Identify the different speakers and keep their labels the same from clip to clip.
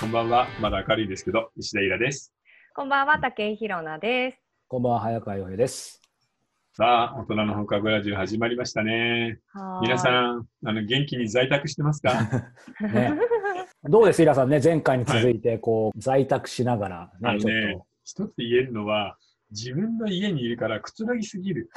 Speaker 1: こんばんは。まだ明るいですけど、石田イラです。
Speaker 2: こんばんは、竹井ひろなです。
Speaker 3: こんばんは、早川洋平です。
Speaker 1: さあ、大人の放課後ラジオ始まりましたね。
Speaker 2: はーい
Speaker 1: 皆さん、あの元気に在宅してますか
Speaker 3: ねどうです、イラさんね、前回に続いて、こう、在宅しながら、
Speaker 1: あの
Speaker 3: ね、
Speaker 1: ね
Speaker 3: ちょ
Speaker 1: 一
Speaker 3: っ
Speaker 1: つ言えるのは、自分の家にいるからくつろぎすぎる。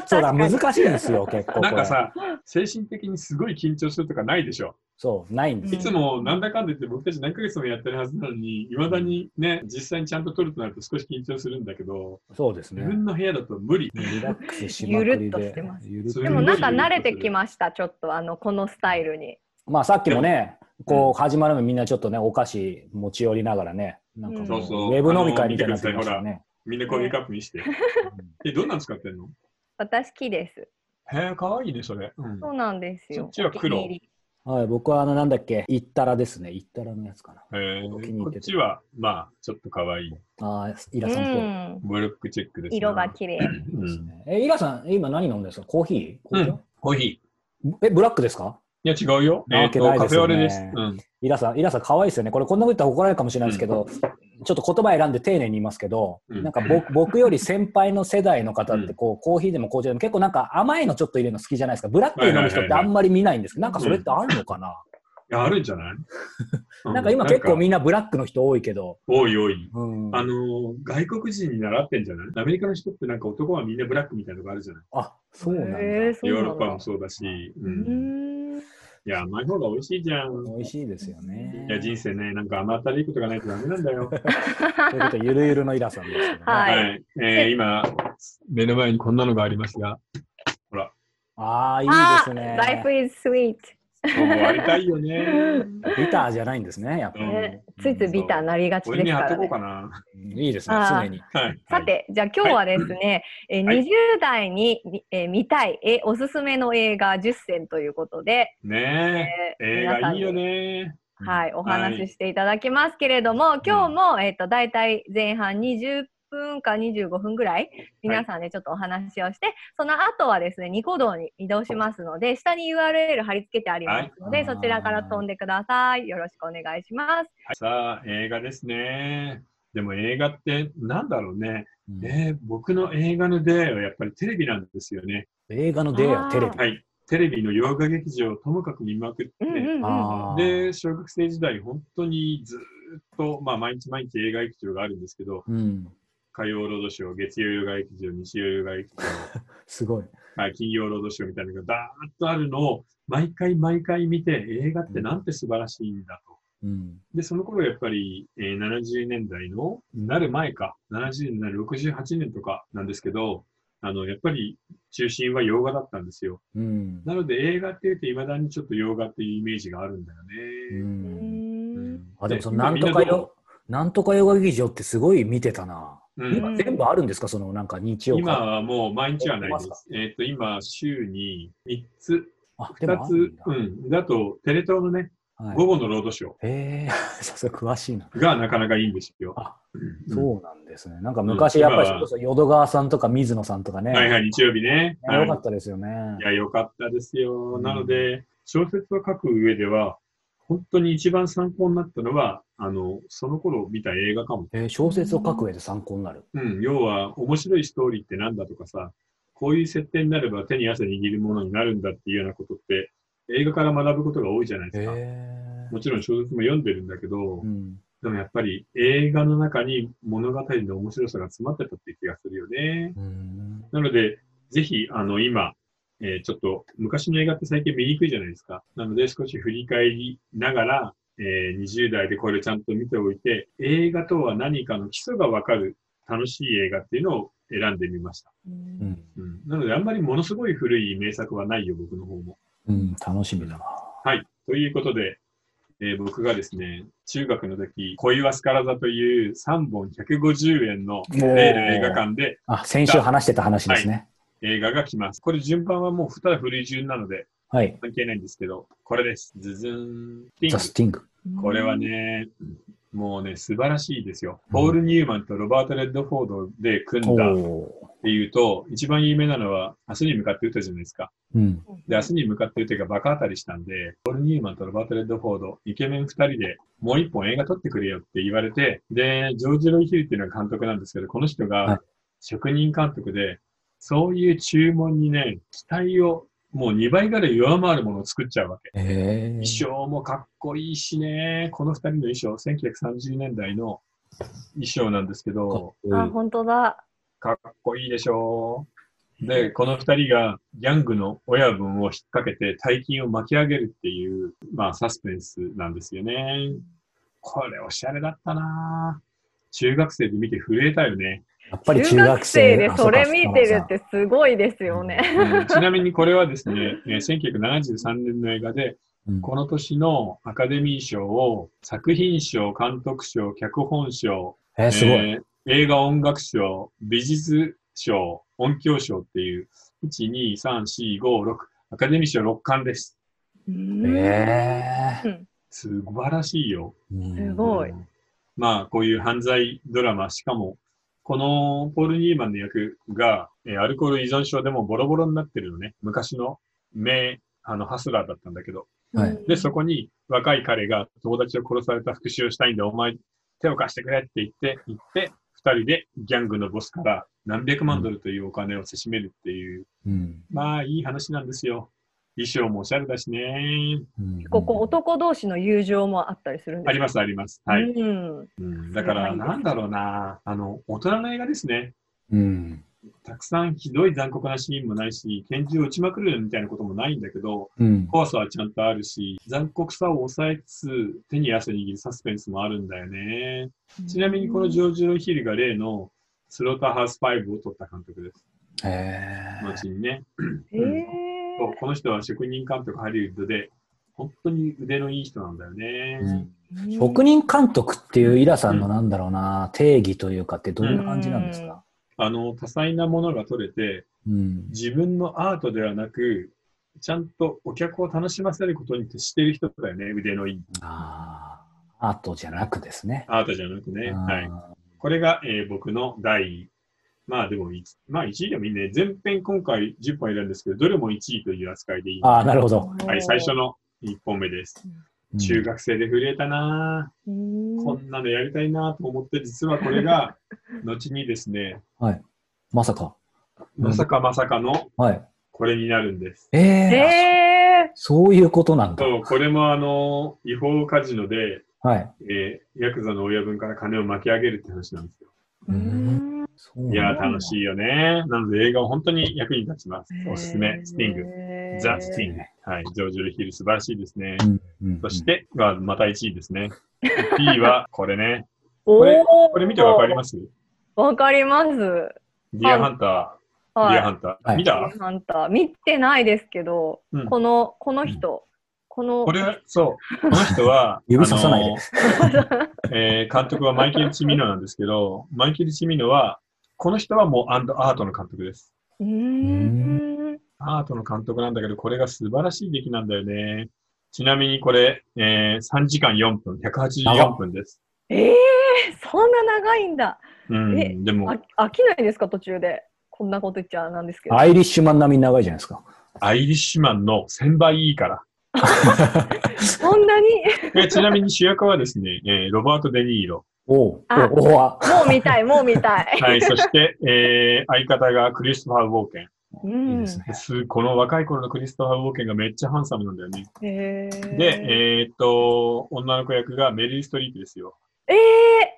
Speaker 3: と、 そうだ、
Speaker 2: 確か
Speaker 3: 難
Speaker 2: に
Speaker 3: しいんですよ、結構これ。
Speaker 1: なんかさ、精神的にすごい緊張するとかないでしょ。
Speaker 3: そう、ないんです
Speaker 1: いつもなんだかんだ言って僕たち何ヶ月もやってるはずなのに、いまだにね、実際にちゃんと撮るとなると少し緊張するんだけど、
Speaker 3: そうです
Speaker 1: 自
Speaker 3: ね。
Speaker 1: 分の部屋だと無理。
Speaker 3: ねリラックスしまくり
Speaker 2: ゆるっとし
Speaker 3: で
Speaker 2: てます。
Speaker 3: ゆるっと
Speaker 2: でもなんか慣れてきました、ちょっとあのこのスタイルに。
Speaker 3: まあ、さっきもね、こう、始まるのみんなちょっとね、お菓子持ち寄りながらね、なんかも
Speaker 1: そうそう
Speaker 3: ウェブ飲み会みたいになってましたね。
Speaker 1: みんなコーヒーカップにして。え、どんなの使ってんの
Speaker 2: 私、木です。
Speaker 1: へえ、かわいいね、それ。うん
Speaker 2: そうなんですよ。
Speaker 1: そっちは黒
Speaker 2: お気に入り
Speaker 3: うんはい、僕はあの、なんだっけ、いったらですね、いったらのやつかな。
Speaker 1: えー
Speaker 3: お気に入り
Speaker 1: こっちは、まあ、ちょっと可愛い。
Speaker 3: ああ、イ
Speaker 2: う
Speaker 3: ラさんっぽい。
Speaker 2: ん、
Speaker 1: ブロックチェックです、
Speaker 2: 色が綺麗。
Speaker 1: う
Speaker 3: です
Speaker 1: ん。
Speaker 3: ねえ、イラさん、今何飲んでるんですかコーヒー紅茶
Speaker 1: コーヒー。い
Speaker 3: え、ブラックですか
Speaker 1: や、違うよ。
Speaker 3: なわけないですよね
Speaker 1: えーとカフェオレです。
Speaker 3: イラさん、イラさん、可愛いですよね。これ、こんなこと言ったら怒られるかもしれないですけど、ちょっと言葉選んで丁寧に言いますけど、
Speaker 1: うん
Speaker 3: なんか僕 僕より先輩の世代の方っ
Speaker 1: うん
Speaker 3: てこう、コーヒーでも紅茶でも結構なんか甘いのちょっと入れるの好きじゃないですか。ブラックで飲む人ってあんまり見ないんですけど、なんかそれってあるのかな、
Speaker 1: うん。いや、あるんじゃないう
Speaker 3: なんか今結構
Speaker 1: なんか
Speaker 3: みんなブラックの人多いけど、
Speaker 1: 多い多い。
Speaker 3: うん、
Speaker 1: あのー、外国人に習ってんじゃないアメリカの人ってなんか男はみんなブラックみたいなのがあるじゃない
Speaker 3: あ、 そうなんだ。
Speaker 2: へーそう
Speaker 1: ヨー
Speaker 2: な
Speaker 1: ロッ
Speaker 2: ん
Speaker 1: パ
Speaker 2: だ
Speaker 1: もそうだし。う。
Speaker 2: うんん
Speaker 1: いや、甘い方が美味しいじゃん。
Speaker 3: 美味しいですよね。
Speaker 1: いや、人生ね、なんか甘ったるいことがないとダメなんだよ。
Speaker 3: ということで、ゆるゆるのイラさんですけどね。
Speaker 2: はい
Speaker 1: はい。えー今、目の前にこんなのがあります が、
Speaker 3: ああ、いい
Speaker 2: あ
Speaker 3: ですね。
Speaker 2: Life is sweet、
Speaker 1: そう終わりたいよね。
Speaker 3: ビターじゃないんですね、やっぱり。
Speaker 2: ね。ついついビターになりがち
Speaker 1: 俺
Speaker 2: です
Speaker 1: に貼
Speaker 2: か
Speaker 1: っと
Speaker 2: ら
Speaker 1: こう
Speaker 2: ね。
Speaker 1: かな。
Speaker 3: うんいいですね、
Speaker 2: あー
Speaker 3: 常に。
Speaker 1: はい。
Speaker 2: さて、じゃあ今日はですね、えー
Speaker 1: はい
Speaker 2: 20代に、えー見たいえーおすすめの映画10選ということで、
Speaker 1: ねえ、
Speaker 2: えー
Speaker 1: 映
Speaker 2: 皆さ
Speaker 1: 画
Speaker 2: ん
Speaker 1: いい
Speaker 2: に
Speaker 1: よね。
Speaker 2: はい、お話ししていただきますけれども、今日も、えっ、と、だいたい前半20分か25分ぐらい、皆さんでちょっとお話をして、その後はですね、ニコ動に移動しますので、下に URL 貼り付けてありますので、
Speaker 3: はい
Speaker 2: そちらから飛んでください。よろしくお願いします。
Speaker 1: さあ、映画ですね。でも映画ってなんだろうね。
Speaker 3: うん
Speaker 1: えー僕の映画の出会いはやっぱりテレビなんですよね。
Speaker 3: 映画の出会い
Speaker 2: あ
Speaker 3: は
Speaker 2: ー
Speaker 3: テレビ。
Speaker 1: はい。テレビの洋画劇場をともかく見まくって、
Speaker 2: うんうんうん。
Speaker 3: あー
Speaker 1: で、小学生時代本当にずーっと、まあ毎日毎日映画劇場があるんですけど、
Speaker 3: うん、
Speaker 1: 火曜ロードショー、月曜洋画劇場、日曜洋画劇場、
Speaker 3: すごい。
Speaker 1: はい、金曜ロードショーみたいなのがダーッとあるのを毎回毎回見て映画ってなんて素晴らしいんだと。
Speaker 3: うん、
Speaker 1: で、その頃やっぱり、えー70年代の、なる前か、70年代、68年とかなんですけど、あの、やっぱり中心は洋画だったんですよ。
Speaker 3: うん、
Speaker 1: なので映画って言うと未だにちょっと洋画っていうイメージがあるんだよ
Speaker 3: う。
Speaker 1: ね。
Speaker 2: うんん
Speaker 3: あ、でもその
Speaker 1: で
Speaker 3: なんとかよ、なんとか洋画劇場ってすごい見てたな。
Speaker 1: 今みんなどう
Speaker 3: 今全部あるんですか、そのなんか日曜
Speaker 1: うん、今
Speaker 3: か。
Speaker 1: はもう毎日はない
Speaker 3: やって
Speaker 1: で。
Speaker 3: ます
Speaker 1: えっ、と、今、週に3つ、
Speaker 3: あ、で
Speaker 1: 2
Speaker 3: もあ
Speaker 1: つ
Speaker 3: るん、だ。
Speaker 1: うん。だと、テレ東のね、
Speaker 3: はい
Speaker 1: 午後のロードショ
Speaker 3: へえ、 さすが詳しいな。
Speaker 1: ーがなかなかいいんですよ。
Speaker 3: あ
Speaker 1: うん
Speaker 3: そうなんですね。なんか昔、やっぱりそれこそ淀川さんとか水野さんとかね。
Speaker 1: はいはい、日曜日ね。
Speaker 3: ねよ
Speaker 1: は
Speaker 3: か
Speaker 1: い
Speaker 3: ったですよね。
Speaker 1: いや、良かったですよ。
Speaker 3: うん
Speaker 1: なので、小説を書く上では、本当に一番参考になったのは、あの、その頃見た映画かも。
Speaker 3: えー小説を書く上で参考になる。
Speaker 1: うん、要は、面白いストーリーってなんだとかさ、こういう設定になれば手に汗握るものになるんだっていうようなことって、映画から学ぶことが多いじゃないで
Speaker 3: へ
Speaker 1: すか。
Speaker 3: え。
Speaker 1: もちろん小説も読んでるんだけど、
Speaker 3: うん。
Speaker 1: でもやっぱり映画の中に物語の面白さが詰まってたっていう気がするよね。
Speaker 3: うん。
Speaker 1: なので、ぜひ、あの、今、えーちょっと、昔の映画って最近見にくいじゃないですか。なので、少し振り返りながら、えー20代でこれをちゃんと見ておいて、映画とは何かの基礎がわかる楽しい映画っていうのを選んでみました。
Speaker 3: うん。
Speaker 1: うん。なので、あんまりものすごい古い名作はないよ、僕の方も。
Speaker 3: うん、楽しみだな。
Speaker 1: はい。ということで、えー僕がですね、中学の時、恋はスカラ座という3本150円のレール映画館で
Speaker 3: あ、先週話してた話ですね。
Speaker 1: 映画が来ます。これ順番はもうただ古い順なので、
Speaker 3: はい。
Speaker 1: 関係ないんですけど、これです。ズズン。ピンク
Speaker 3: ザ・スティング。
Speaker 1: これは、ね、もうね、素晴らしいですよ。
Speaker 3: うん
Speaker 1: ポール・ニューマンとロバート・レッドフォードで組んだ
Speaker 3: お
Speaker 1: っていうと、一番有名なのは、明日に向かって打ったじゃないですか。
Speaker 3: うん。
Speaker 1: で、明日に向かって打てがバカ当たりしたんで、ポール・ニューマンとロバート・レッドフォード、イケメン二人で、もう一本映画撮ってくれよって言われて、で、ジョージ・ロイ・ヒルっていうのが監督なんですけど、この人
Speaker 3: はい
Speaker 1: が職人監督で、そういう注文にね、期待をもう2倍ぐらい上回るものを作っちゃうわけ。
Speaker 3: え
Speaker 1: 衣装もかっこいいしね、この二人の衣装、1930年代の衣装なんですけど、
Speaker 2: あ、本当だ。
Speaker 1: かっこいいでしょう。で、この二人がギャングの親分を引っ掛けて大金を巻き上げるっていう、まあサスペンスなんですよね。これおしゃれだったな中学生で見て震えたよね。
Speaker 3: やっぱり中
Speaker 2: 中
Speaker 3: 学
Speaker 2: 学
Speaker 3: 生
Speaker 2: 生でそれ見てるっ。
Speaker 3: あ
Speaker 2: てすごいですよね。
Speaker 1: うんちなみにこれはですね、えー1973年の映画で、
Speaker 3: そうか
Speaker 1: この年のアカデミー賞を作品賞、監督賞、脚本賞、
Speaker 3: うんえー、すごい。
Speaker 1: えー映画音楽賞、美術賞、音響賞っていう、1、2、3、4、5、6、アカデミー賞6冠です。
Speaker 2: うん
Speaker 3: え
Speaker 2: うん
Speaker 1: 素晴らしいよ。
Speaker 3: ー。
Speaker 2: すごい
Speaker 1: うんまあ、こういう犯罪ドラマ、しかも、このポール・ニーマンの役が、えーアルコール依存症でもうボロボロになってるのね。昔の名、あの、ハスラーだったんだけど。
Speaker 3: はい
Speaker 1: で、そこに若い彼が友達を殺された復讐をしたいんだ、お前手を貸してくれって言って、言って、二人でギャングのボスから何百万ドルというお金をせしめるっていう、
Speaker 3: うん。
Speaker 1: まあいい話なんですよ。衣装もおしゃれだしね。
Speaker 3: うん
Speaker 2: ここ男同士の友情もあったりするんです
Speaker 1: ありますあります。はい。
Speaker 2: うん
Speaker 1: うんだか
Speaker 2: はい
Speaker 1: ら、
Speaker 2: はい
Speaker 1: なんだろうな、あの、大人の映画ですね。
Speaker 3: うん。
Speaker 1: たくさんひどい残酷なシーンもないし、拳銃を撃ちまくるみたいなこともないんだけど、
Speaker 3: うん。
Speaker 1: 怖さはちゃんとあるし、残酷さを抑えつつ、手に汗握るサスペンスもあるんだよね。ちなみにこのジョージ・ロイヒルが例のスローターハウス5を取った監督です。
Speaker 3: えー。
Speaker 1: 後にね。
Speaker 2: へえ
Speaker 1: そうこの人は職人監督ハリウッドで、本当に腕のいい人なんだよね。
Speaker 3: うん
Speaker 2: うん
Speaker 3: 職人監督っていうイラさんのなんだろうな、定義というかってどんな感じなんですか、
Speaker 1: あの、多彩なものが取れて、
Speaker 3: うん、
Speaker 1: 自分のアートではなく、ちゃんとお客を楽しませることに徹してる人だよね、腕のいい。
Speaker 3: あーアートじゃなくですね。
Speaker 1: アートじゃなくね。
Speaker 3: あー
Speaker 1: はい。これが、えー僕の第、まあでもいち、まあ1位でもいいね。全編今回10本いるんですけど、どれも1位という扱いでいい。
Speaker 3: あー、なるほど。
Speaker 1: はい、最初の1本目です。
Speaker 3: うん
Speaker 1: 中学生で震えたなぁ、
Speaker 2: うん
Speaker 1: こんなのやりたいなぁと思って、実はこれ が、後にですね、
Speaker 3: まさか。
Speaker 1: まさかまさかの
Speaker 3: はい。
Speaker 1: これになるんです。
Speaker 3: え
Speaker 2: へ
Speaker 3: ー
Speaker 2: え
Speaker 3: そういうことなんだ。
Speaker 1: そう、これもあの、違法カジノで、
Speaker 3: はい。
Speaker 1: えーヤクザの親分から金を巻き上げるって話なんですよ。
Speaker 3: うんそうなん
Speaker 1: い
Speaker 3: だ
Speaker 1: やー、楽しいよね。なので映画は本当に役に立ちます。おすすめ、スティング。
Speaker 2: グ
Speaker 1: ザ・スティング。はい、ジョージ・ルヒル素晴らしいですね。
Speaker 3: うんうん
Speaker 1: そして、まあ、また1位ですね。1位はこれね。
Speaker 2: こ
Speaker 1: れこれ見てわかり
Speaker 2: ま
Speaker 1: ます
Speaker 2: すわかります
Speaker 1: ディアハンター。ディアハ
Speaker 2: は
Speaker 1: ンター。
Speaker 3: はい
Speaker 1: 見た
Speaker 2: いハンター見てないですけど
Speaker 1: うん
Speaker 2: このこの人この
Speaker 1: これ、そう。この人は
Speaker 3: 、指ささないで
Speaker 1: あのえー監督はマイケル・チミノなんですけど、マイケル・チミノは、この人はもうアンドアートの監督です。
Speaker 2: うーん
Speaker 1: アートの監督なんだけど、これが素晴らしい出来なんだよね。ちなみにこれ、えー3時間4分、184分です。
Speaker 2: ええそんな長いんだ
Speaker 1: う
Speaker 2: え
Speaker 1: ん、でも
Speaker 2: 飽、き飽きないですか途中でこんなこと言っちゃなんですけど、
Speaker 3: アイリッシュマン並みに長いじゃないですか。
Speaker 1: アイリッシュマンの1000倍いいから。
Speaker 2: そんなに
Speaker 1: えちなみに主役はですね、え ーロバート・デ・ニーロ。
Speaker 3: おう、
Speaker 2: あ
Speaker 3: おう、おうあ
Speaker 2: もう見たいもう見たい、
Speaker 1: はい、そして、えー相方がクリストファー・ウォーケン。
Speaker 2: う
Speaker 3: いい
Speaker 2: ん
Speaker 3: ですね。
Speaker 1: すこの若い頃のクリストファー・ウォーケンがめっちゃハンサムなんだよね。
Speaker 2: へー
Speaker 1: で、えーっと、女の子役がメリル・ストリープですよ。
Speaker 2: え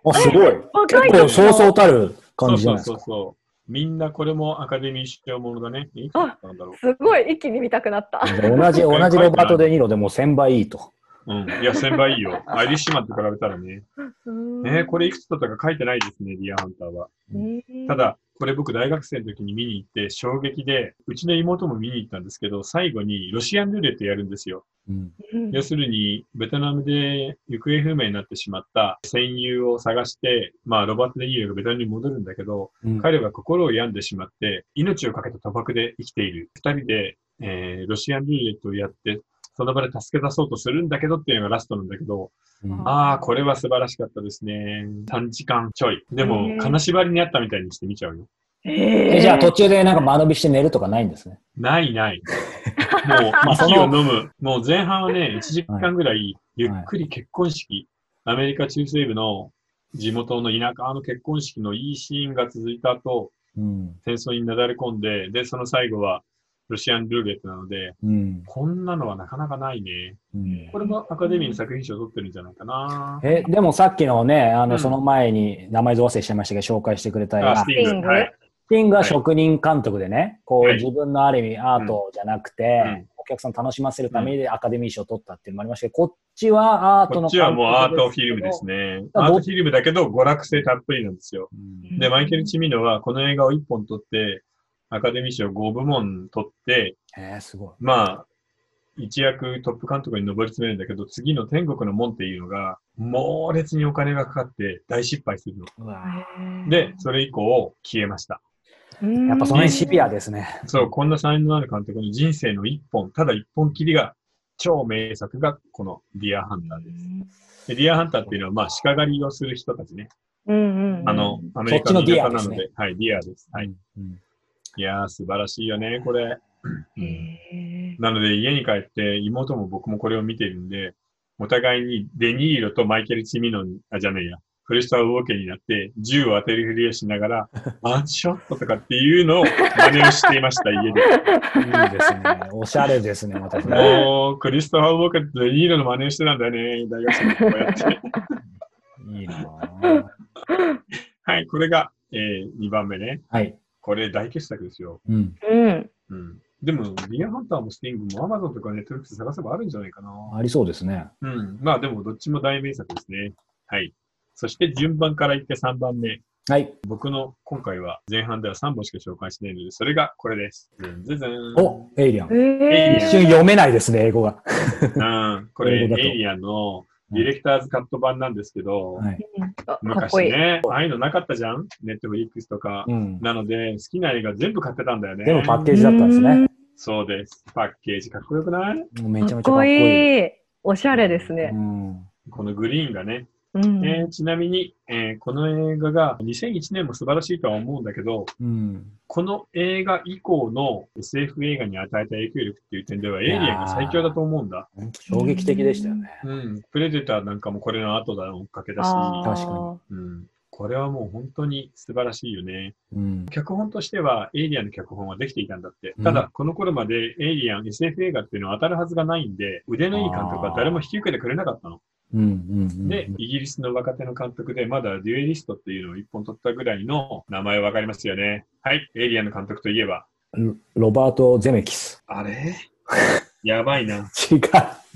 Speaker 3: あ、すごい。
Speaker 2: ー、
Speaker 3: 結
Speaker 2: 若い時
Speaker 3: 構、
Speaker 2: の
Speaker 3: そうそうたる
Speaker 1: そ
Speaker 3: 感
Speaker 1: う
Speaker 3: じじ
Speaker 1: そう
Speaker 3: ゃないです
Speaker 1: そ
Speaker 3: か
Speaker 1: う。そう。みんなこれもアカデミー賞ものだね。いくつだったんだろ
Speaker 2: すごい一気に見たくなった
Speaker 3: 同じ、同じロバート・デ・ニーロでも1000倍いいと。
Speaker 1: う。うん。いや、1000倍いいよ。アイリッシュマンと比べたらね。ね、これいくつだったか書いてないですね、ディアハンターは。ただ、これ僕大学生の時に見に行って衝撃で、うちの妹も見に行ったんですけど、最後にロシアンルーレットやるんですよ。
Speaker 3: うん
Speaker 2: うん
Speaker 1: 要するに、ベトナムで行方不明になってしまった戦友を探して、まあ、ロバート・デ・ニーロがベトナムに戻るんだけど、
Speaker 3: うん
Speaker 1: 彼は心を病んでしまって、命を懸けた賭博で生きている。二人で、えーロシアンルーレットをやって、その場で助け出そうとするんだけどっていうのがラストなんだけど、
Speaker 3: うん
Speaker 1: ああ、これは素晴らしかったですね。3時間ちょい。でも
Speaker 2: へ、ー
Speaker 1: 金縛りにあったみたいにして見ちゃうよ。
Speaker 3: え
Speaker 2: え
Speaker 3: じゃあ途中でなんか間延びして寝るとかないんですね。
Speaker 1: ないない。もう、
Speaker 3: その
Speaker 1: 息を飲む。もう前半はね、1時間ぐらい、ゆっくり結婚式、アメリカ中西部の地元の田舎の結婚式のいいシーンが続いた後、
Speaker 3: うん。
Speaker 1: 戦争になだれ込んで、で、その最後は、ロシアンルーレットなので、
Speaker 3: うん。
Speaker 1: こんなのはなかなかないね。
Speaker 3: うん
Speaker 1: これもアカデミーの作品賞を取ってるんじゃないかな。
Speaker 3: え、でもさっきのね、あの、
Speaker 1: うん
Speaker 3: その前に名前ぞ忘れしてましたけど、紹介してくれたよう
Speaker 1: あ、
Speaker 3: な
Speaker 1: ス、ティング。はい。
Speaker 3: スティングは職人監督でね、こう
Speaker 1: はい
Speaker 3: 自分のある意味アートじゃなくて、
Speaker 1: うん
Speaker 3: お客さんを楽しませるためにアカデミー賞を取ったっていうのもありましたけど、こっちはアート
Speaker 1: こ
Speaker 3: の
Speaker 1: っちはもうアートフィルムです
Speaker 3: ね。
Speaker 1: ね。
Speaker 3: あ
Speaker 1: アートフィルムだけど娯楽性たっぷりなんですよ。
Speaker 3: うん
Speaker 1: で、マイケル・チミノはこの映画を1本撮って、アカデミー賞5部門取って、
Speaker 3: えー、すごい。
Speaker 1: まあ、一躍トップ監督に上り詰めるんだけど、次の天国の門っていうのが、猛烈にお金がかかって大失敗するの。
Speaker 3: うわ
Speaker 1: で、それ以降消えました。
Speaker 3: やっぱその辺シビア
Speaker 2: で。
Speaker 3: ですね。
Speaker 1: そう、こんな才能のある監督の人生の一本、ただ一本きりが、超名作がこのディアハンターです。でディアハンターっていうのは、まあ、鹿狩りをする人たちね。
Speaker 2: うんうん。
Speaker 1: あの
Speaker 3: うん、
Speaker 1: アメリカの田舎な
Speaker 3: そっちの
Speaker 1: の
Speaker 3: ディア
Speaker 1: で、はい、ディアです。はい。
Speaker 3: うん。
Speaker 1: いやー、素晴らしいよね、これ。うん
Speaker 2: へー
Speaker 1: なので、家に帰って、妹も僕もこれを見てるんで、お互いにデニーロとマイケル・チミノに、あ、じゃねえや、フレスター・ウォーケンになって、銃を当てるふりをしなが ら、ワンショットとかっていうのを真似をしていました、家で。
Speaker 3: いいですね。おしゃれですね、またそれ。
Speaker 1: もう、クリストファー・ウォーケンとデニーロの真似をしてたんだよね、大学生の頃こうや って。
Speaker 3: いいなぁ
Speaker 1: はい、これが、えー、2番目ね。
Speaker 3: はい。
Speaker 1: これ大傑作ですよ。
Speaker 3: うん。
Speaker 2: うん。
Speaker 1: うん。でも、リアハンターもスティングも Amazon とかネットフリックス探せばあるんじゃないかな。
Speaker 3: ありそうですね。
Speaker 1: うん。まあでも、どっちも大名作ですね。はい。そして順番からいって3番目。
Speaker 3: はい。
Speaker 1: 僕の今回は前半では3本しか紹介してないので、それがこれです。ずんずずん。
Speaker 3: お、エイリアン。
Speaker 1: え
Speaker 3: 一瞬読めないですね、英語が。
Speaker 1: うん。これ、
Speaker 3: 英語だと
Speaker 1: エイリアンのディレクターズカット版なんですけど、
Speaker 3: はい。
Speaker 2: うんかっ
Speaker 1: 昔
Speaker 2: こいい。
Speaker 1: ね、ああいうのなかったじゃんネットフリックスとか。
Speaker 3: うん。
Speaker 1: なので、好きな映画全部買ってたんだよね。
Speaker 3: でもパッケージだったんですね。
Speaker 1: そうです。パッケージかっこよくない
Speaker 3: もうめ
Speaker 2: かっ
Speaker 3: ちゃめちゃかっこ
Speaker 2: こ
Speaker 3: いい。
Speaker 2: いい。おしゃれです
Speaker 3: う
Speaker 2: ね。
Speaker 3: ん。
Speaker 1: このグリーンがね、
Speaker 2: うん。
Speaker 1: えーちなみに、えーこの映画が2001年も素晴らしいとは思うんだけど、
Speaker 3: うん。
Speaker 1: この映画以降の SF 映画に与えた影響力っていう点では、エイリアンが最強だと思うんだ。
Speaker 3: 本当衝撃的でしたよね。
Speaker 1: うん。プレデターなんかもこれの後だ追っかけだし、
Speaker 2: あー
Speaker 3: 確か
Speaker 1: うん。これはもう本当に素晴らしいよね。
Speaker 3: うん。
Speaker 1: 脚本としては、エイリアンの脚本はできていたんだって
Speaker 3: う。ん
Speaker 1: ただ、この頃までエイリアン SF 映画っていうのは当たるはずがないんで、腕のいい監督は誰も引き受けてくれなかったの。
Speaker 3: うん。うん。
Speaker 1: で、イギリスの若手の監督で、まだデュエリストっていうのを一本取ったぐらいの名前わかりますよね。はい。エイリアンの監督といえば、
Speaker 3: うん、ロバート・ゼメキス。
Speaker 1: あれ やばいな。
Speaker 3: 違う。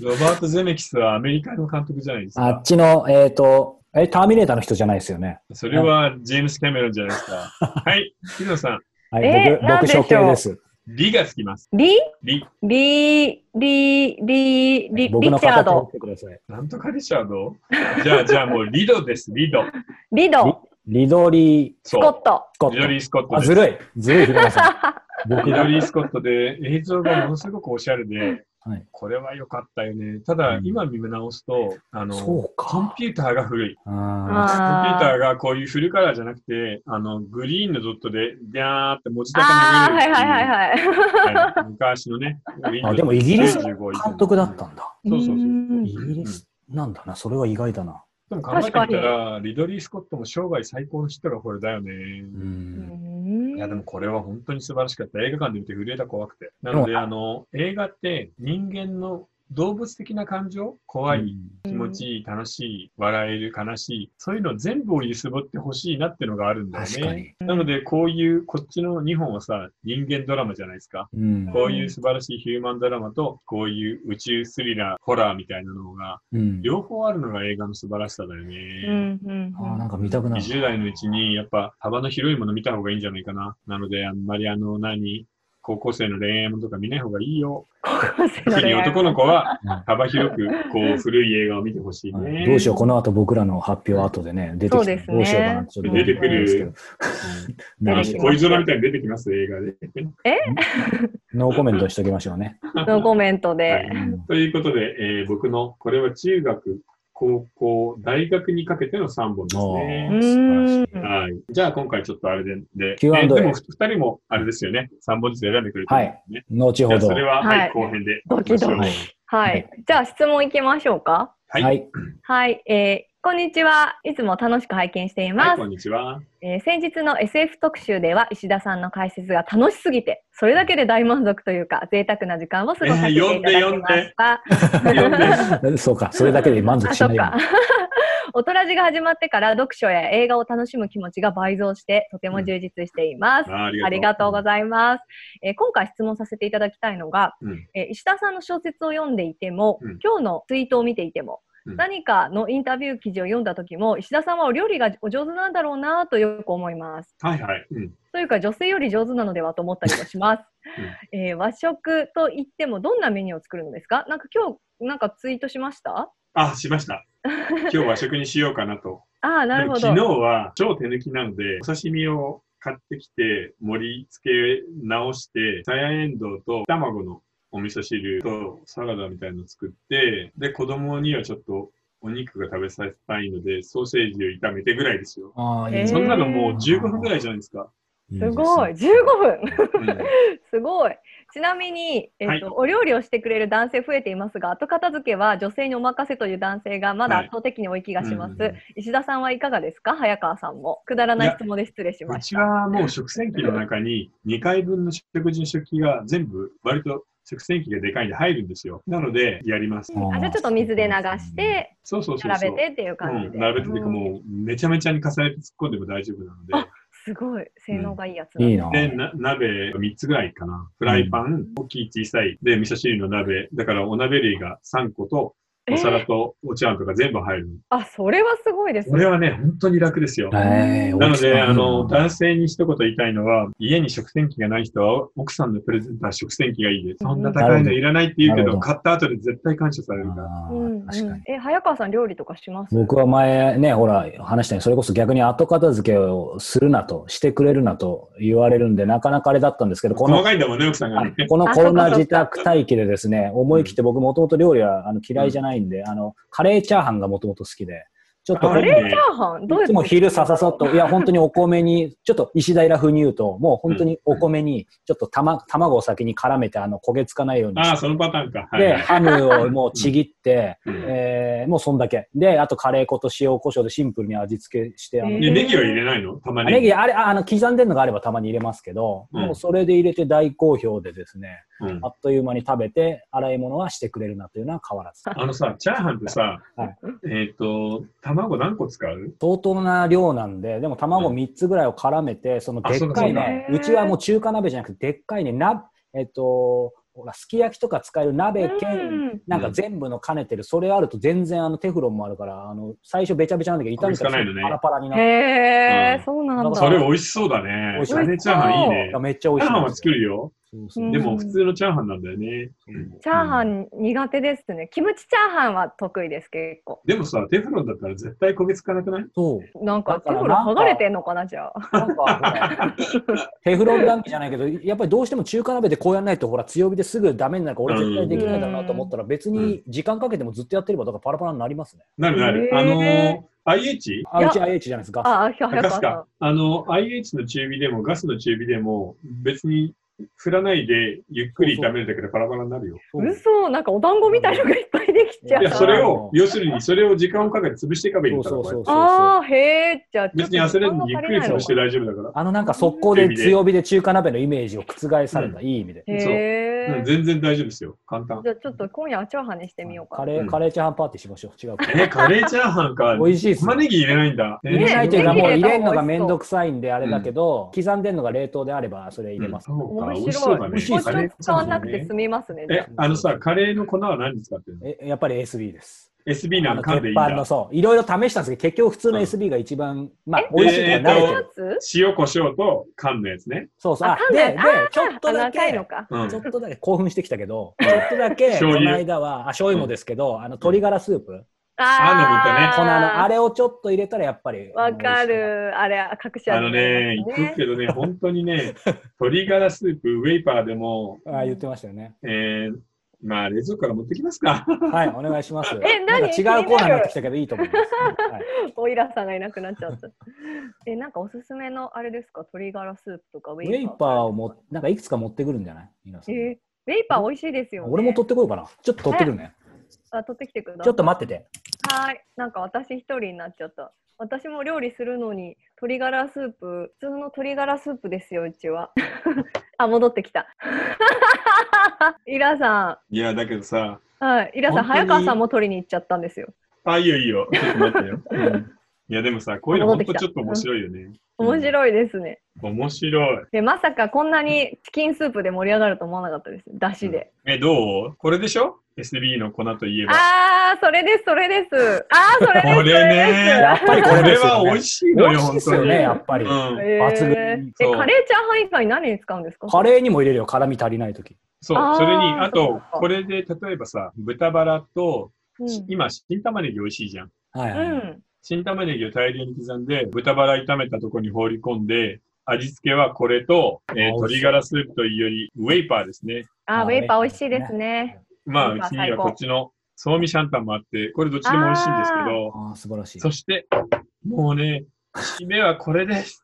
Speaker 1: ロバート・ゼメキスはアメリカの監督じゃないです
Speaker 3: あ
Speaker 1: か
Speaker 3: っ。ちの、えっ、と、え、ターミネーターの人じゃないですよね。
Speaker 1: それはジェームス・キャメロンじゃないですか。 はい、ヒノさん、
Speaker 3: はい、
Speaker 2: え
Speaker 3: 僕、
Speaker 2: なん
Speaker 3: 僕、
Speaker 2: でしょう
Speaker 3: 処刑です。
Speaker 1: リがつきます。
Speaker 2: リ
Speaker 1: リ、
Speaker 2: リリリリリ
Speaker 3: 僕の
Speaker 2: チャー
Speaker 3: 方取っ
Speaker 2: ド。
Speaker 3: てください。
Speaker 1: なんとかリチャードじゃあ、じゃあもうリドです、リド。
Speaker 2: リド。
Speaker 3: リドリー・
Speaker 2: スコッ
Speaker 1: そ
Speaker 2: ト。
Speaker 3: スコ
Speaker 1: う、リドリ
Speaker 3: ッ
Speaker 1: ー・スコッ
Speaker 3: ト。
Speaker 1: ト
Speaker 3: あ、
Speaker 1: で
Speaker 3: ず
Speaker 1: す。
Speaker 3: るい。ずるい、ひろ さん。僕
Speaker 1: リ
Speaker 3: が
Speaker 1: ド。リー・スコットで映像がものすごくおしゃれで、
Speaker 3: はい
Speaker 1: これは良かったよね。ただ
Speaker 3: う、ん
Speaker 1: 今見直すと、あの、
Speaker 3: そう
Speaker 1: コン
Speaker 3: か。
Speaker 1: ピューターが古い。
Speaker 3: あ
Speaker 1: コンピュータ
Speaker 2: あ
Speaker 1: ーがこういうフルカラーじゃなくて、あの、グリーンのドットで、ビャーって文字だけ
Speaker 2: あー、
Speaker 1: 流
Speaker 2: は
Speaker 1: れ
Speaker 2: い
Speaker 1: る。
Speaker 2: はいはい
Speaker 1: い。
Speaker 2: はい。
Speaker 1: はい、昔のね、
Speaker 3: ーあ、でもイギリスの
Speaker 1: の
Speaker 3: 監督だったんだ。
Speaker 1: そうそうそう
Speaker 2: うん
Speaker 3: イギリスなんだな。それは意外だな。
Speaker 1: でも考えてみたら、リドリー・スコットも生涯最高のヒットがこれだよね。
Speaker 3: うん。
Speaker 1: いや、でもこれは本当に素晴らしかった。映画館で見て震えた怖くて。な
Speaker 3: も
Speaker 1: ので、あの、映画って人間の動物的な感情、怖い、気持ちいい、楽しい、笑える、悲しい、そういうの全部を揺すぼってほしいなってのがあるんだよ
Speaker 3: 確か
Speaker 1: ね。
Speaker 3: に。
Speaker 1: なので、こういう、こっちの2本はさ、人間ドラマじゃないですか。
Speaker 3: うん。
Speaker 1: こういう素晴らしいヒューマンドラマと、こういう宇宙スリラー、ホラーみたいなのが、
Speaker 3: うん。
Speaker 1: 両方あるのが映画の素晴らしさだよね。
Speaker 2: うんうん
Speaker 3: あーなんか見たくなる。
Speaker 1: 20代のうちに、やっぱ幅の広いもの見た方がいいんじゃないかな。なので、あんまりあの、何高校生の恋愛ものとか見ない方がいいよ。特に男の子は
Speaker 3: うん
Speaker 1: 幅広く、こう、古い映画を見てほしいね。
Speaker 3: どうしよう、この後僕らの発表後でね、出て
Speaker 2: そう
Speaker 3: きて、
Speaker 2: ですね
Speaker 3: どうしようかなってちょっと思ってたんですけど。
Speaker 1: うん。あ
Speaker 3: な
Speaker 1: の
Speaker 3: い
Speaker 2: 出てくる
Speaker 1: 恋空みたいに出てきます、映画で。
Speaker 3: ノーコメントしときましょうね。
Speaker 2: のコメント
Speaker 1: は
Speaker 2: で
Speaker 1: い。ということで、えー僕の、これは中学高校、大学にかけての3本ですね。
Speaker 2: ー
Speaker 3: 素晴らしい
Speaker 1: はい。じゃあ今回ちょっとあれで、で、
Speaker 3: Q&A
Speaker 1: えでも2人もあれですよね。3本ずつ選んでくれてるんですね。
Speaker 3: 後
Speaker 1: じゃ
Speaker 3: ほ
Speaker 1: あ
Speaker 3: ど。
Speaker 1: それは、はい、
Speaker 2: はい
Speaker 1: 後編で。
Speaker 2: ドキドキ
Speaker 1: はい。
Speaker 2: はい。じゃあ質問いきましょうか。
Speaker 1: はい
Speaker 3: はい。
Speaker 2: はい。えーこんにちは。いつも楽しく拝見しています。
Speaker 1: こんにちは。
Speaker 2: えー先日の SF 特集では石田さんの解説が楽しすぎて、それだけで大満足というか、贅沢な時間を過ごさせていただきました。
Speaker 1: 読んで
Speaker 3: そうか、それだけで満足
Speaker 2: あ、
Speaker 3: し
Speaker 2: そ
Speaker 3: な
Speaker 2: っ
Speaker 3: い。
Speaker 2: か。 おとらじが始まってから読書や映画を楽しむ気持ちが倍増して、とても充実しています。
Speaker 1: あ
Speaker 2: ありがとうご
Speaker 1: ざい
Speaker 2: ざいます、えー今回質問させていただきたいのが、
Speaker 1: うん
Speaker 2: えー石田さんの小説を読んでいても、
Speaker 1: うん
Speaker 2: 今日のツイートを見ていて
Speaker 1: う
Speaker 2: も、
Speaker 1: ん
Speaker 2: 何かのインタビュー記事を読んだ時も石田さんはお料理がお上手なんだろうなとよく思います。
Speaker 1: ます。はいはい。うん。
Speaker 2: というか女性より上手なのではと思ったりもし ます。えー和食といってもどんなメニューを作るのですかなんか今日なんかツイートしました
Speaker 1: あ、しました。今日和食にしようかなと。
Speaker 2: ああ なるほ
Speaker 1: で
Speaker 2: ど。
Speaker 1: も昨日は超手抜きなので、お刺身を買ってきて、盛り付け直して、さやえんどうと卵のお味噌汁とサラダみたいの作って、で、子供にはちょっとお肉が食べさせたいので、ソーセージを炒めてぐらいですよ。
Speaker 3: あーいい
Speaker 2: へー
Speaker 1: そんなのもう
Speaker 3: いい
Speaker 1: 15分ぐらいじゃないですか。
Speaker 3: で
Speaker 2: す
Speaker 3: す
Speaker 2: ごい15分すごいちなみに、えっと
Speaker 1: はい
Speaker 2: お料理をしてくれる男性増えていますが後片付けは女性にお任せという男性がまだ
Speaker 1: はい
Speaker 2: 圧倒的に多い気がします、
Speaker 1: うんうん
Speaker 2: 石田さんはいかがですか早川さんもくだらない質問で失礼し
Speaker 1: う
Speaker 2: まし
Speaker 1: ちはもう食洗機の中に2回分の食事の食器が全部割と食洗機がでかいんで入るんですよ。なのでやります。
Speaker 2: たあじゃあちょっと水で流して
Speaker 1: そうそうそうそう。
Speaker 2: 並べてっていう感じ
Speaker 1: う
Speaker 2: で、
Speaker 1: ん、並べててかもうめちゃめちゃに重ねて突っ込んでも大丈夫なので。
Speaker 2: すごい性能がいいやつだ、
Speaker 3: いいな。
Speaker 1: で、な鍋3つぐらいかな。フライパン、大きい小さい。で、味噌汁の鍋。だからお鍋類が3個と、
Speaker 2: えー
Speaker 1: お皿とお茶碗とか全部入るの。
Speaker 2: あそれはすごいです
Speaker 1: これはね、本当に楽ですよ。
Speaker 3: えー
Speaker 1: なので、あの、
Speaker 3: 奥さんいいな
Speaker 1: 男性に一言言いたいのは、家に食洗機がない人は、奥さんのプレゼンター食洗機がいいです。
Speaker 2: うん
Speaker 1: そんな高いのいらないって言うけ
Speaker 3: なるほ
Speaker 1: ど、
Speaker 3: ど
Speaker 1: 買った後で絶対感謝されるから。
Speaker 3: あ
Speaker 2: うん
Speaker 3: ー確か
Speaker 2: う
Speaker 3: に
Speaker 2: ん。え早川さん料理とかします
Speaker 3: 僕は前ね、ほら、話したように、それこそ逆に後片付けをするなと、してくれるなと言われるんで、なかなかあれだったんですけど、この
Speaker 1: 細かいんだもんね、奥さんが
Speaker 3: あ
Speaker 1: ね。
Speaker 3: この
Speaker 2: あ
Speaker 3: コロナ
Speaker 2: そうか
Speaker 3: 自宅待機でですね、思い切って僕もともと料理はあの嫌いじゃないんで、あの、カレーチャーハンがもともと好きで、ちょっと
Speaker 1: あ
Speaker 3: こ
Speaker 2: カ
Speaker 1: れ
Speaker 2: レーチャーハンどう
Speaker 3: い
Speaker 2: やっ
Speaker 3: つ
Speaker 2: て
Speaker 3: も昼さささっと、いや、本当にお米に、ちょっと石平風に言うと、もう本当にお米に、ちょっとたま、卵を先に絡めて、あの、焦げつかないように
Speaker 1: ああ、
Speaker 3: して、
Speaker 1: そのパターンか。はい
Speaker 3: で、
Speaker 1: はい。
Speaker 3: ハムをもうちぎって、
Speaker 1: うん
Speaker 3: えーもうそんだけ。で、あとカレー粉と塩コショウでシンプルに味付けして、あの
Speaker 2: えー
Speaker 1: でネギは入れないの玉ね
Speaker 3: ネ
Speaker 1: ぎ。
Speaker 3: ギ、あれ、ああの、刻んでるのがあればたまに入れますけど、
Speaker 1: うん
Speaker 3: もうそれで入れて大好評でですね、
Speaker 1: うん
Speaker 3: あっという間に食べて、洗い物はしてくれるなというのは変わらず。
Speaker 1: あのさ、チャーハンってさ
Speaker 3: はい、
Speaker 1: えっと、卵何個使う
Speaker 3: 相当な量なんで、でも卵3つぐらいを絡めて、そのでっかい
Speaker 2: あ、
Speaker 3: ね
Speaker 2: そううかそうか
Speaker 3: ちはもう中華鍋じゃなくて、でっかいね、なえっと、ほら、すき焼きとか使える鍋兼、
Speaker 2: うん
Speaker 3: なんか全部の兼ねてる、それあると全然あのテフロンもあるから、あの、最初べちゃべちゃなんだけど、炒めた
Speaker 1: 焦げつかないのね
Speaker 3: らパラパラにな
Speaker 2: へ
Speaker 3: って、
Speaker 2: え、
Speaker 1: うん
Speaker 2: そうなんだ
Speaker 1: それ美味しそうだね
Speaker 3: 美。味し
Speaker 1: チ
Speaker 3: そう
Speaker 1: ャーハンいいね。
Speaker 3: めっちゃ美
Speaker 1: チャー
Speaker 3: 味しい
Speaker 1: ハン
Speaker 3: ん
Speaker 1: は
Speaker 3: です
Speaker 1: 作るよ。
Speaker 3: よ。
Speaker 2: うん
Speaker 1: でも普通のチャーハンなんだよね。
Speaker 2: チャーハン苦手ですね。キムチチャーハンは得意です、結構。
Speaker 1: でもさ、テフロンだったら絶対焦げつかなくない
Speaker 3: そう。
Speaker 2: なんか、
Speaker 3: だ
Speaker 2: テ
Speaker 3: から
Speaker 2: フ
Speaker 3: な
Speaker 2: ロ
Speaker 3: ん
Speaker 2: ン
Speaker 3: か
Speaker 2: 剥がれてんのかな、じゃあ。
Speaker 3: なんかほらテフロン談義じゃないけど、やっぱりどうしても中華鍋でこうやらないと、ほら、強火ですぐダメになるから、俺絶対できないだろうなと思ったら、別に時間かけてもずっとやってれば、だからパラパラになりますね。
Speaker 1: なるなる。あ
Speaker 2: へ
Speaker 1: の、IH?
Speaker 3: あ、
Speaker 2: いうや
Speaker 3: ち IH じゃないですか。
Speaker 2: あ、ひゃ
Speaker 1: ガ
Speaker 2: 早
Speaker 1: ス
Speaker 2: 川
Speaker 1: か
Speaker 2: さ。
Speaker 1: あの、IH の中火でもガスの中火でも別に振らないでゆっくり炒めるだけでパラパラになるよ。
Speaker 2: ん。嘘、なんかお団子みたいのがいっぱいできちゃ
Speaker 3: そう
Speaker 1: いや、それ
Speaker 2: う。
Speaker 1: を、要するにそれを時間をかけて潰していかばいいんだから。
Speaker 3: そうそうそう
Speaker 1: こ
Speaker 2: ああ、へえ、じゃあ、
Speaker 1: れ別に焦らずにゆっくり潰して
Speaker 2: る。
Speaker 1: 大丈夫だか
Speaker 3: あのなんか速攻で強火で中華鍋のイメージを覆された、いい意味で。
Speaker 1: ら
Speaker 2: へ
Speaker 1: ら。うん
Speaker 2: え。
Speaker 1: 全然大丈夫ですよ。簡単。
Speaker 2: じゃあ、ちょっと今夜はチャーハンにしてみようか
Speaker 3: カ。レ
Speaker 1: う
Speaker 3: ー、
Speaker 1: ん
Speaker 3: カレーチャーハンパーティーしましょう。違うか。
Speaker 1: え、カレーチャーハンか。
Speaker 3: 美味しいっすよ
Speaker 1: 玉ねぎ入れないんだ。え
Speaker 3: 入れないというか、
Speaker 2: ね
Speaker 3: もう入れるのがめんどくさいんであれだけど、刻んでるのが冷凍であれば、それ入れます。
Speaker 1: そうか、美
Speaker 2: 面
Speaker 1: 味しそう
Speaker 2: 白
Speaker 1: だ
Speaker 2: い。
Speaker 1: ね。
Speaker 2: 包
Speaker 1: カレー
Speaker 2: 丁
Speaker 1: チャ
Speaker 2: 使
Speaker 1: ーハ
Speaker 2: わ
Speaker 1: ン
Speaker 2: なくて
Speaker 1: ね
Speaker 2: 済みますね。じゃ
Speaker 1: え、あのさ、カレーの粉は何に使ってるの
Speaker 3: えやっぱり SB です。
Speaker 1: ?SB
Speaker 3: あ
Speaker 1: な
Speaker 3: の
Speaker 1: んか噛ん
Speaker 3: 鉄
Speaker 1: でいいん
Speaker 3: 板の
Speaker 1: だ。
Speaker 3: そう、いろいろ試したんですけど、結局普通
Speaker 1: う
Speaker 3: の
Speaker 1: ん
Speaker 3: SB が一番、まあ
Speaker 2: え、
Speaker 3: 美味しいから慣れて
Speaker 2: あ
Speaker 3: る。
Speaker 2: 一つ
Speaker 1: 塩、胡椒と缶のやつね。
Speaker 3: そうそう。
Speaker 2: あ
Speaker 3: あ
Speaker 2: 噛ん
Speaker 3: で、
Speaker 2: だ
Speaker 3: で
Speaker 2: やつ、
Speaker 3: ちょっとだ
Speaker 2: あ長い
Speaker 3: け
Speaker 2: の、か。
Speaker 1: うん
Speaker 3: ちょっとだけ興奮してきたけど、ちょっとだけ、こ
Speaker 1: 醤油
Speaker 3: の間は、あ、醤油もですけど、あの、鶏ガラスープ、
Speaker 1: あ
Speaker 2: あー
Speaker 3: このあの、あれをちょっと入れたらやっぱり。
Speaker 2: わかる。あれ、隠し
Speaker 1: あ
Speaker 2: 味
Speaker 1: の
Speaker 2: に
Speaker 1: ね、
Speaker 2: なります
Speaker 1: 行くけどね、本当にね、鶏ガラスープ、ウェイパーでも、
Speaker 3: あー言ってましたよね。
Speaker 1: えーまあ、冷蔵庫から持ってきますか。
Speaker 3: はい、お願いします。
Speaker 2: え
Speaker 3: なん
Speaker 2: 何
Speaker 3: か違うコーナーになってきたけどいいと思います。はい、
Speaker 2: オイラさんがいなくなっちゃ った。え、なんかおすすめのあれですか、鶏ガラスープとかウ
Speaker 3: ウェイパーを
Speaker 2: っ
Speaker 3: もなんかいくつか持ってくるんじゃない皆さ
Speaker 2: え
Speaker 3: ん。
Speaker 2: ーウェイパー美味しいですよ、ね。
Speaker 3: 俺も取ってこようかな。ちょっと取ってくるね。
Speaker 2: あ取ってきてください。
Speaker 3: ちょっと待ってて。
Speaker 2: はーい。なんか私一人になっちゃった。私も料理するのに鶏ガラスープ、普通の鶏ガラスープですよ、うちは。 あ、戻ってきた。 イラさ
Speaker 1: いや、だけどさ、
Speaker 2: ん。はい。イラさん、
Speaker 1: 本当に
Speaker 2: 早川さんも取りに行っちゃったんですよ。
Speaker 1: あ、いいよいいよ。ちょっと待ってよ。うんいや、でもさ、こういうの
Speaker 2: 戻って
Speaker 1: 本
Speaker 2: き
Speaker 1: 当
Speaker 2: た
Speaker 1: ちょっと面白いよね。
Speaker 2: 面白いですね。
Speaker 1: 面白い。
Speaker 2: で、まさかこんなにチキンスープで盛り上がると思わなかったです。だしで。
Speaker 1: え、どうこれでしょ ?SB の粉といえば。
Speaker 2: あー、それです、それです。あー、それです。
Speaker 1: これね。
Speaker 3: やっぱりこれですよね
Speaker 1: これは美味しい
Speaker 3: 美
Speaker 1: のよ、
Speaker 3: 味しい
Speaker 1: 本
Speaker 3: です
Speaker 1: 当
Speaker 3: よ
Speaker 1: に。
Speaker 3: ね、やっぱり。
Speaker 1: うん。
Speaker 2: えー
Speaker 3: 抜群に
Speaker 2: え、
Speaker 1: そう
Speaker 2: カレーチャーハン以外何に使うんですか
Speaker 3: カレーにも入れるよ、辛み足りないとき。
Speaker 1: そう
Speaker 2: あー、
Speaker 1: それに、あ
Speaker 2: そ
Speaker 1: と
Speaker 2: うか、
Speaker 1: これで、例えばさ、豚バラと、
Speaker 2: うん
Speaker 1: し今、新玉ねぎ美味しいじゃん。
Speaker 3: はい、
Speaker 2: う
Speaker 3: はい
Speaker 2: ん。
Speaker 1: 新玉ねぎを大量に刻んで、豚バラ炒めたとこに放り込んで、味付けはこれと、えー
Speaker 3: 美味しい
Speaker 1: 鶏ガラスープというより、ウェイパーですね。
Speaker 2: あー、ウ
Speaker 3: まあ
Speaker 2: ェイパー美味しいですね。
Speaker 1: まあ、
Speaker 2: ウェイ
Speaker 1: う
Speaker 2: パー
Speaker 1: ちに
Speaker 2: 最
Speaker 1: は
Speaker 2: 高
Speaker 1: こっちの、そうみシャンタンもあって、これどっちでも美味しいんですけど、
Speaker 3: ああ、素晴らしい。
Speaker 1: そして、もうね、締めはこれです。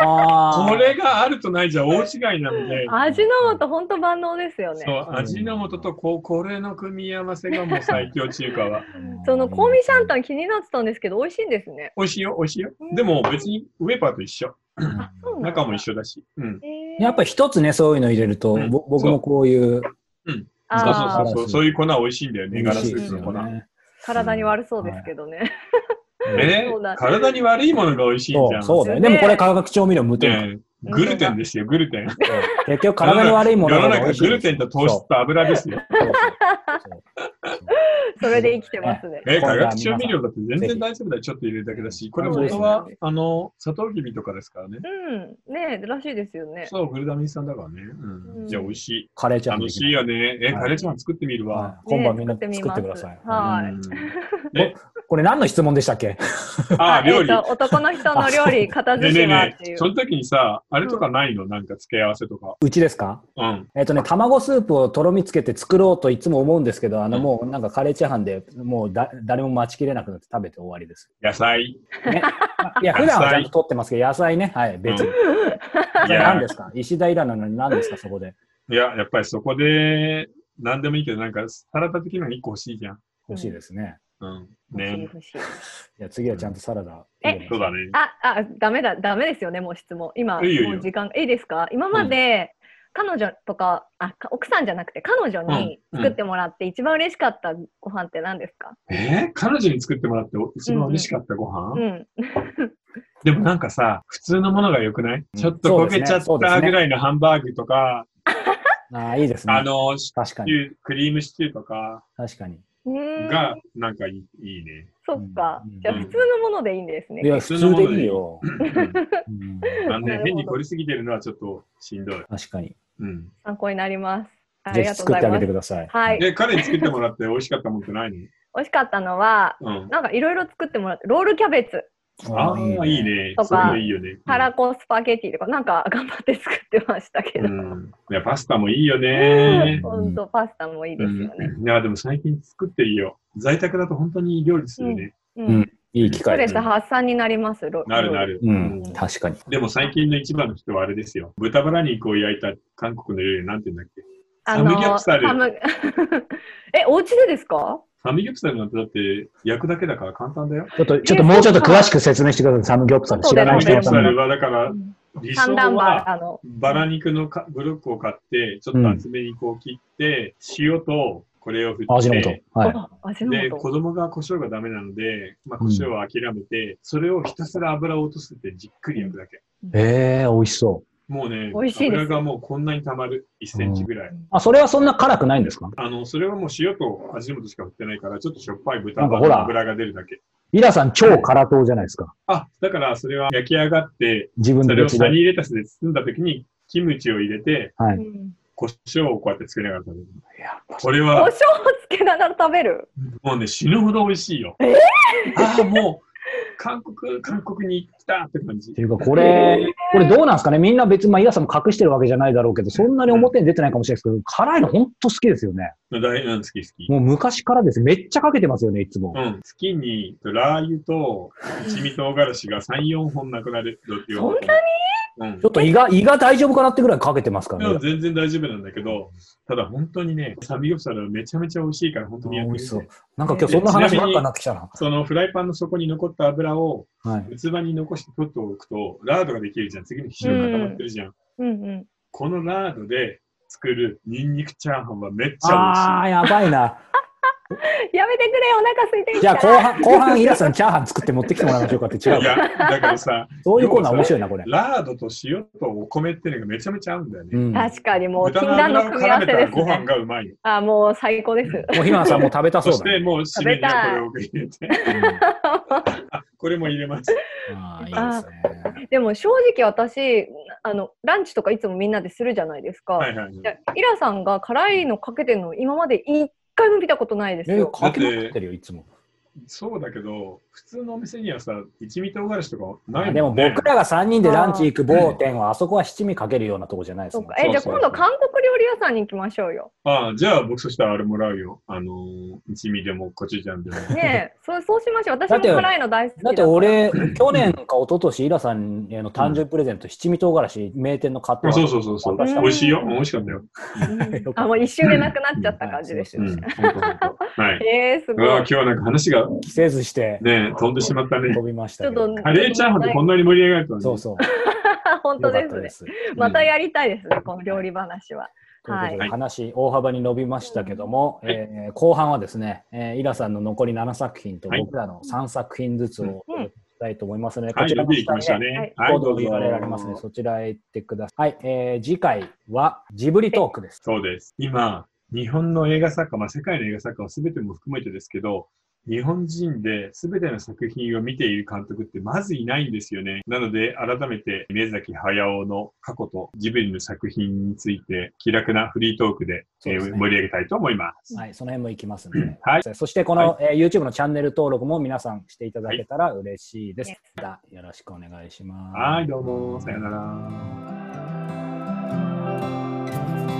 Speaker 3: あー
Speaker 1: これがあるとないじゃ大違いなので、
Speaker 2: 味の素本当万能ですよね。
Speaker 1: そう、味の素とここれの組み合わせがもう最強中華は。
Speaker 2: その香味シャンタ
Speaker 3: ン。
Speaker 2: ン気になってたんですけど、美味しいんですね。
Speaker 1: 美味しいよ、美味しいよ。でも別にウェーパーと一緒。
Speaker 3: うん
Speaker 2: あ、そうなんだ
Speaker 1: 中も一緒だし。うん。
Speaker 2: えー
Speaker 3: やっぱ一つね、そういうの入れると、
Speaker 1: うん
Speaker 3: ぼ僕もこういう
Speaker 1: そう
Speaker 3: あー
Speaker 1: そう
Speaker 2: あ
Speaker 1: そうそう。そういう粉美味しいんだよね、ガラスープの粉。
Speaker 3: ね。
Speaker 2: ー体に悪そうですけどね。
Speaker 1: え
Speaker 2: そうだ
Speaker 1: ー、体に悪いものが美味しい
Speaker 3: そ
Speaker 1: じゃ。
Speaker 3: うんそうだよ。
Speaker 2: ね
Speaker 3: でもこれ化学調味料無添加。
Speaker 1: ねグルテンですよ、グルテン。
Speaker 3: 結局体に悪いもの
Speaker 1: 世の
Speaker 3: が美
Speaker 1: 中
Speaker 3: 味しい
Speaker 1: グ
Speaker 3: んで
Speaker 1: ル
Speaker 3: すよ
Speaker 1: テンと糖質と油ですよ。
Speaker 3: そうそうそう
Speaker 2: それで生きてますね。
Speaker 1: えー、
Speaker 3: こ
Speaker 1: 化
Speaker 3: れは
Speaker 1: 学調味料だって全然大丈夫だよ。ちょっと入れるだけだし。これ元
Speaker 2: そう
Speaker 1: は
Speaker 2: ですね、
Speaker 1: あの、サトウキビとかですからね。
Speaker 2: うん、ねえ、らしいですよね。
Speaker 1: そう、グルダミン酸だからね。
Speaker 2: う
Speaker 1: うんん。じゃあ美味しい。
Speaker 3: カレーちゃん
Speaker 1: 楽
Speaker 3: でき
Speaker 1: しい
Speaker 3: る
Speaker 1: よね。え、
Speaker 3: はい
Speaker 1: カレーちゃん作ってみる
Speaker 3: は
Speaker 1: わ。
Speaker 3: い今晩み
Speaker 2: ね
Speaker 3: んな作ってください。
Speaker 2: は
Speaker 1: う
Speaker 2: い
Speaker 1: ん。
Speaker 3: これ何の質問でしたっけ
Speaker 1: あ、料理
Speaker 2: え。ーと男の人の料理、片
Speaker 1: ねね
Speaker 2: 寿司はっ
Speaker 1: ね
Speaker 2: てい
Speaker 1: え、
Speaker 2: う。
Speaker 1: その時にさ、あれとかないのなんか付け合わせとか。
Speaker 3: うちですか
Speaker 1: うん。
Speaker 3: えっとね、卵スープをとろみつけて作ろうといつも思うんですけど、あの、
Speaker 1: うん
Speaker 3: もうなんかカレーチャーハンでもうだ誰も待ちきれなくなって食べて終わりです。
Speaker 1: 野菜。
Speaker 3: ね、いや、普段はちゃんと取ってますけど、野菜ね、はい、別に。
Speaker 1: い
Speaker 3: じゃあ何
Speaker 1: や
Speaker 3: で、すか石平なのに何ですか、そこで。
Speaker 1: いや、やっぱりそこで、なんでもいいけど、なんかサラダ的なの一個欲しいじゃん。
Speaker 3: 欲しいですね。
Speaker 1: うん。
Speaker 2: 欲しい
Speaker 1: ね
Speaker 2: 欲しい
Speaker 3: いや、次はちゃんとサラダ。
Speaker 2: え
Speaker 1: そうだね。
Speaker 2: あ、あ、ダメだ、ダメですよね、もう質問。今、
Speaker 1: いいよいいよ
Speaker 2: もう時間、いいですか今まで、彼女とか、あ、か奥さんじゃなくて、彼女に
Speaker 1: うん
Speaker 2: 作ってもらって一番嬉しかったご飯って何ですか
Speaker 1: えー彼女に作ってもらって一番嬉しかったご飯、
Speaker 2: うん。
Speaker 1: でもなんかさ、普通のものが良くない、
Speaker 3: うん
Speaker 1: ちょっと焦げちゃっ
Speaker 3: そうですねそうです
Speaker 1: た
Speaker 3: ね
Speaker 1: ぐらいのハンバーグとか、
Speaker 3: ああ、いいですね。
Speaker 1: あの、シ
Speaker 3: 確か
Speaker 1: チ
Speaker 3: に。
Speaker 1: ュー、クリームシチューとか
Speaker 3: 確かに。
Speaker 2: うーん
Speaker 1: が、なんかいいいいね。
Speaker 2: そっか
Speaker 3: うん。
Speaker 2: じゃあ、
Speaker 1: うん
Speaker 2: 普通のものでいいんです
Speaker 3: い
Speaker 2: ね。
Speaker 3: や、普通でいいよ。
Speaker 1: うん
Speaker 3: うん
Speaker 1: まあ
Speaker 2: なる
Speaker 1: ね
Speaker 2: ほ、ど
Speaker 1: 変に凝りすぎてるのはちょっとしんどい。
Speaker 3: 確かに。
Speaker 1: うん。
Speaker 2: 参考になります。あ
Speaker 3: ぜ
Speaker 2: り
Speaker 3: ひ
Speaker 2: がとう
Speaker 3: 作
Speaker 2: ご
Speaker 3: っ
Speaker 2: ざ
Speaker 3: て
Speaker 2: い
Speaker 3: あげ
Speaker 2: ま
Speaker 3: て
Speaker 2: す。
Speaker 3: ください。
Speaker 2: はい。
Speaker 1: で、彼に作ってもらって美味しかったもんってないの
Speaker 2: 美味しかったのは、
Speaker 1: うん。
Speaker 2: なんかいろいろ作ってもらって、ロールキャベツ、
Speaker 1: ああ、いい。ね。
Speaker 2: とか
Speaker 1: そういうのいいよね。
Speaker 2: たらこスパゲティとか、なんか頑張って作ってましたけ
Speaker 1: う
Speaker 2: ど。
Speaker 1: ん。いや、パスタもいいよね。
Speaker 2: ほんと、パスタもいいで
Speaker 1: う
Speaker 2: すよ
Speaker 1: ん
Speaker 2: ね。。
Speaker 1: いや、でも最近作ってるよ。在宅だと本当に料理するね。
Speaker 2: う。
Speaker 3: うんん。いい機
Speaker 2: スト
Speaker 3: 会
Speaker 2: レ
Speaker 3: です
Speaker 2: ス。発散になります。ロ
Speaker 1: なるな。る。
Speaker 3: うん。確かに。
Speaker 1: でも最近の一番の人はあれですよ。豚バラ肉を焼いた韓国の料理、なんて言うんだっけ。
Speaker 2: あの
Speaker 1: サムギョプサル
Speaker 2: サム え、お家でですか
Speaker 1: サムギョプサルなんてだって焼くだけだから簡単だよ。
Speaker 3: ちょっと、ちょっともうちょっと詳しく説明してください。サムギョプサル。知ら
Speaker 1: サ
Speaker 3: ない
Speaker 1: ムギ
Speaker 3: 人
Speaker 1: ョ
Speaker 3: の
Speaker 1: プ
Speaker 3: た
Speaker 1: サ
Speaker 3: めに
Speaker 1: ル。はだから理
Speaker 2: 三
Speaker 1: 想
Speaker 2: 段バ
Speaker 1: は
Speaker 2: ラの。
Speaker 1: バラ肉のかブロックを買って、ちょっと厚めにこう切って、塩とこれを振っ
Speaker 3: 味の素
Speaker 1: て、。
Speaker 3: はい。
Speaker 2: あ味
Speaker 1: で、
Speaker 2: の素。
Speaker 1: 子供が胡椒がダメなので、まあ、胡椒を諦めて、それをひたすら油を落とすってじっくり焼くだけ。
Speaker 3: ええ、美味しそう。
Speaker 1: もうね、
Speaker 2: 美味しいです
Speaker 1: 油がもうこんなにたまる。1センチぐらい。
Speaker 3: あ、それはそんな辛くないんですか
Speaker 1: あの、それはもう塩と味の素しか振ってないから、ちょっとしょっぱい豚
Speaker 3: なんか
Speaker 1: バ
Speaker 3: ほ
Speaker 1: ラ
Speaker 3: ら
Speaker 1: の油が出るだけ。
Speaker 3: イラさん超辛党じゃないですか。
Speaker 1: あ、だからそれは焼き上がって、
Speaker 3: 自分
Speaker 1: そ
Speaker 3: で
Speaker 1: れを
Speaker 3: 別
Speaker 1: サニ
Speaker 3: で。
Speaker 1: ーレタスで包んだ時に、キムチを入れて、
Speaker 3: は
Speaker 2: う
Speaker 3: い。
Speaker 2: ん
Speaker 1: 胡椒をこうやってつけながら食べる。
Speaker 3: やっぱ
Speaker 1: これ
Speaker 2: 胡椒を
Speaker 1: は、
Speaker 2: つけながら食べる。
Speaker 1: もうね、死ぬほど美味しいよ。ああ、もう、韓国、韓国に行ったって感じ
Speaker 3: て。いうか、これ、これどうなんですかねみんな別に、まあ、イラさんも隠してるわけじゃないだろうけど、そんなに表に出てないかもしれないですけど、辛いの本当好きですよね。
Speaker 1: 大好き好き。
Speaker 3: もう昔からです。めっちゃかけてますよね、いつも。
Speaker 1: うん、月にラー油と一味唐辛子が3、4本なくなるっていう。
Speaker 2: そんな
Speaker 1: にうん
Speaker 3: ちょっと胃が、胃が大丈夫かなってぐらいかけてますか
Speaker 1: い
Speaker 3: ら
Speaker 1: や
Speaker 3: ね。
Speaker 1: 全然大丈夫なんだけど、ただ本当にね、サビオサラめちゃめちゃ美味しいから本当にやって
Speaker 3: 美
Speaker 1: み
Speaker 3: 味
Speaker 1: て
Speaker 3: しそう。なんか今日そんな話ばっかになってきたな。
Speaker 1: そのフライパンの底に残った油を
Speaker 3: はい。
Speaker 1: 器に残して取っておくと、ラードができるじゃん。次の日の固まってるじゃん。
Speaker 2: うんうん。
Speaker 1: このラードで作るニンニクチャーハンはめっち
Speaker 3: あ
Speaker 1: ゃ
Speaker 3: ー、やばいな。
Speaker 2: やめてくれ、お腹空いてきた。
Speaker 3: じゃあ 後半、後半イラさんチャーハン作って持ってきてもらいましょうかって
Speaker 1: 美
Speaker 3: 違
Speaker 1: 味しい。
Speaker 3: う
Speaker 1: い
Speaker 3: か
Speaker 1: や、だからさ、
Speaker 3: そういうコーナー面白いな、これ。
Speaker 1: ラードと塩とお米っていうのがめちゃめちゃ合うんだよね。
Speaker 3: うん。も
Speaker 2: 確かにもう
Speaker 1: 豚
Speaker 2: 禁
Speaker 1: の
Speaker 2: 断
Speaker 1: 油
Speaker 2: の
Speaker 1: を
Speaker 2: 組み
Speaker 1: 絡
Speaker 2: 合わ
Speaker 1: め
Speaker 2: せ
Speaker 1: た
Speaker 2: で
Speaker 1: ら
Speaker 2: す
Speaker 1: ご飯
Speaker 2: ね。
Speaker 1: がうまい。
Speaker 2: あもう最高です。
Speaker 3: うひなさんもう食べた
Speaker 1: そ
Speaker 3: そう
Speaker 1: し
Speaker 3: だ
Speaker 1: て
Speaker 3: ね。
Speaker 1: もう締めにはこれを入れて。あ これも入れます。
Speaker 3: あー、いいですね。
Speaker 2: でも正直私あのランチとかいつもみんなでするじゃないですか。
Speaker 1: はいはいはい。
Speaker 2: でイラさんが辛いのかけてるの今まで一回も見たことないです
Speaker 3: え
Speaker 2: よ。
Speaker 3: ー、かけまくってるよ、いつも。
Speaker 1: そうだけど、普通のお店にはさ、一味唐辛子とかない
Speaker 3: でも
Speaker 1: もんね
Speaker 3: 僕。らが3人でランチ行く某店は、あそこは七味かけるようなとこじゃないです
Speaker 2: そ
Speaker 3: も
Speaker 2: うんかえじゃあ
Speaker 1: そう
Speaker 2: 今
Speaker 1: そう
Speaker 2: 度韓国料理屋さんに行きましょうよ。
Speaker 1: ああ、じゃあ僕としてはあれもらうよ。あのー一味でもコチュジャ ンでも。
Speaker 2: ねえそうそうしましょう。私
Speaker 3: だ
Speaker 2: も
Speaker 3: って
Speaker 2: 辛いの大好き
Speaker 3: だって俺、 去年か一昨年イラさんへの誕生日プレゼント、七味唐辛子、名店の買って
Speaker 1: あ
Speaker 3: もら
Speaker 1: そ
Speaker 3: っ
Speaker 1: うそうそうそう。
Speaker 3: 私
Speaker 1: 美
Speaker 2: も
Speaker 1: 味しいよ。美味しかったよ。
Speaker 2: うん
Speaker 3: よかった
Speaker 2: あもう一瞬でなくなっちゃった感じでした
Speaker 1: う
Speaker 2: ね
Speaker 1: ん。。本当 本当はい。
Speaker 2: えー、す
Speaker 1: う
Speaker 2: ご
Speaker 1: わあ
Speaker 2: い
Speaker 1: 今。日はなんか話が
Speaker 3: 着せずして、
Speaker 1: ね、飛んでしまったね。
Speaker 3: 飛びましたけど。
Speaker 2: ちょっと
Speaker 1: カレーチャーハンでこんなに盛り上がるとはね。
Speaker 3: そうそう。
Speaker 2: 本当
Speaker 3: よ
Speaker 2: で
Speaker 3: かっ
Speaker 2: す
Speaker 3: た
Speaker 2: ね
Speaker 3: です。
Speaker 2: またやりたいですね、この料理話は。
Speaker 3: ということで、
Speaker 1: はい
Speaker 3: 話、大幅に伸びましたけども、
Speaker 1: はい
Speaker 3: えー後半はですね、えーイラさんの残り7作品と
Speaker 1: はい
Speaker 3: 僕らの3作品ずつを
Speaker 2: うん
Speaker 3: やりたいと思いますので、
Speaker 1: はい、
Speaker 3: こ
Speaker 1: 出て
Speaker 3: ち
Speaker 1: きまし
Speaker 3: ら
Speaker 1: た
Speaker 3: のね、
Speaker 1: ね。
Speaker 3: は、
Speaker 1: はいい、
Speaker 3: ど
Speaker 1: ど
Speaker 3: う
Speaker 1: う
Speaker 3: ぞ
Speaker 1: ぞ。
Speaker 3: 言われられますね。そちらへ行ってください。はい、えー次回はジブリトークです。
Speaker 1: そうです。今、日本の映画作家、まあ、世界の映画作家を全ても含めてですけど、日本人で全ての作品を見ている監督ってまずいないんですよね。なので、改めて宮崎駿の過去とジブリの作品について気楽なフリートークで
Speaker 3: そうですね
Speaker 1: えー盛り上げたいと思います。
Speaker 3: はい、その辺も行きますので。
Speaker 1: はい。
Speaker 3: そしてこの、えー YouTube のチャンネル登録も皆さんしていただけたら嬉しいです。
Speaker 2: はい
Speaker 3: またよろしくお願いします。
Speaker 1: はい、どうも、さよなら。